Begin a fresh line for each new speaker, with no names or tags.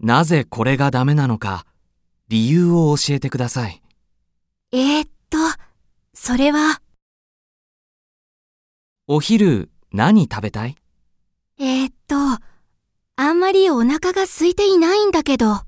なぜこれがダメなのか、理由を教えてください。
えー、っと、それは、
お昼、何食べたい
えー、っと、あんまりお腹が空いていないんだけど。